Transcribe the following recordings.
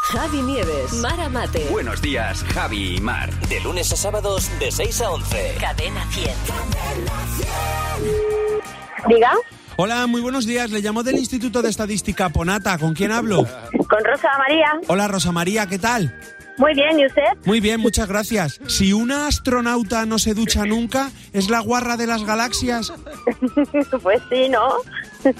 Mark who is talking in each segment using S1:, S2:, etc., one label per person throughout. S1: Javi Nieves, Mara Mate,
S2: Buenos días, Javi y Mar.
S3: De lunes a sábados de 6 a 11.
S1: Cadena 100.
S4: Diga,
S5: Hola, muy buenos días. Le llamo del Instituto de Estadística Ponata. ¿Con quién hablo?
S4: con Rosa María.
S5: Hola, Rosa María, ¿qué tal?
S4: Muy bien, ¿y usted?
S5: Muy bien, muchas gracias. Si una astronauta no se ducha nunca, ¿es la guarra de las galaxias?
S4: pues sí, ¿no?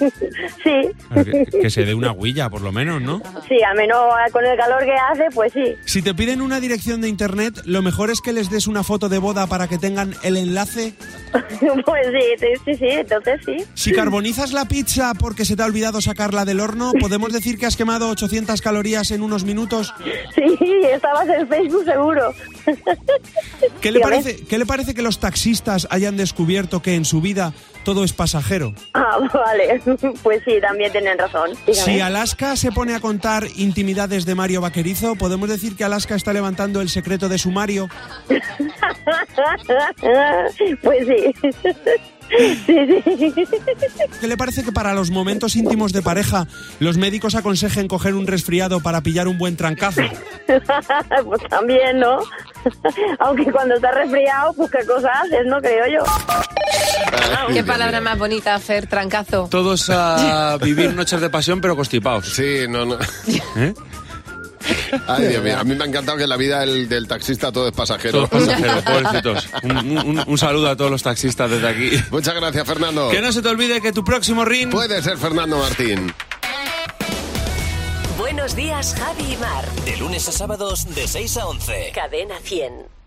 S4: sí,
S5: Ah, Que, se dé una huilla, por lo menos, ¿no?
S4: sí, a menos con el calor que hace, pues sí.
S5: Si te piden una dirección de internet, lo mejor es que les des una foto de boda para que tengan el enlace.
S4: pues sí, sí, sí, sí, entonces sí.
S5: Si carbonizas la pizza porque se te ha olvidado sacarla del horno, ¿podemos decir que has quemado 800 calorías en unos minutos?
S4: Sí, estabas en Facebook seguro.
S5: ¿Qué le,
S4: Dígame.
S5: parece, ¿Qué le parece que los taxistas hayan descubierto que en su vida todo es pasajero?
S4: Ah, vale, pues sí, también tienen razón. Dígame.
S5: Si Alaska se pone a contar intimidades de Mario Vaquerizo, ¿podemos decir que Alaska está levantando el secreto de su Mario?
S4: pues sí. sí, sí.
S5: ¿Qué le parece que para los momentos íntimos de pareja los médicos aconsejen coger un resfriado para pillar un buen trancazo?
S4: pues también, ¿no? Aunque cuando está resfriado, pues qué cosas haces, ¿no? Creo yo.
S6: Ah, Qué palabra más bonita, Fer, trancazo.
S7: Todos a vivir noches de pasión, pero constipados.
S8: Sí, no, no.
S7: ¿Eh?
S8: Ay, Dios mío, a mí me ha encantado que en la vida del, del taxista todo es pasajero.
S7: Todos pasajeros, pobrecitos. Un, un- un saludo a todos los taxistas desde aquí.
S8: Muchas gracias, Fernando.
S7: Que no se te olvide que tu próximo ring...
S8: Puede ser Fernando Martín.
S1: Buenos días, Javi y Mar.
S3: De lunes a sábados de 6 a 11.
S1: Cadena 100.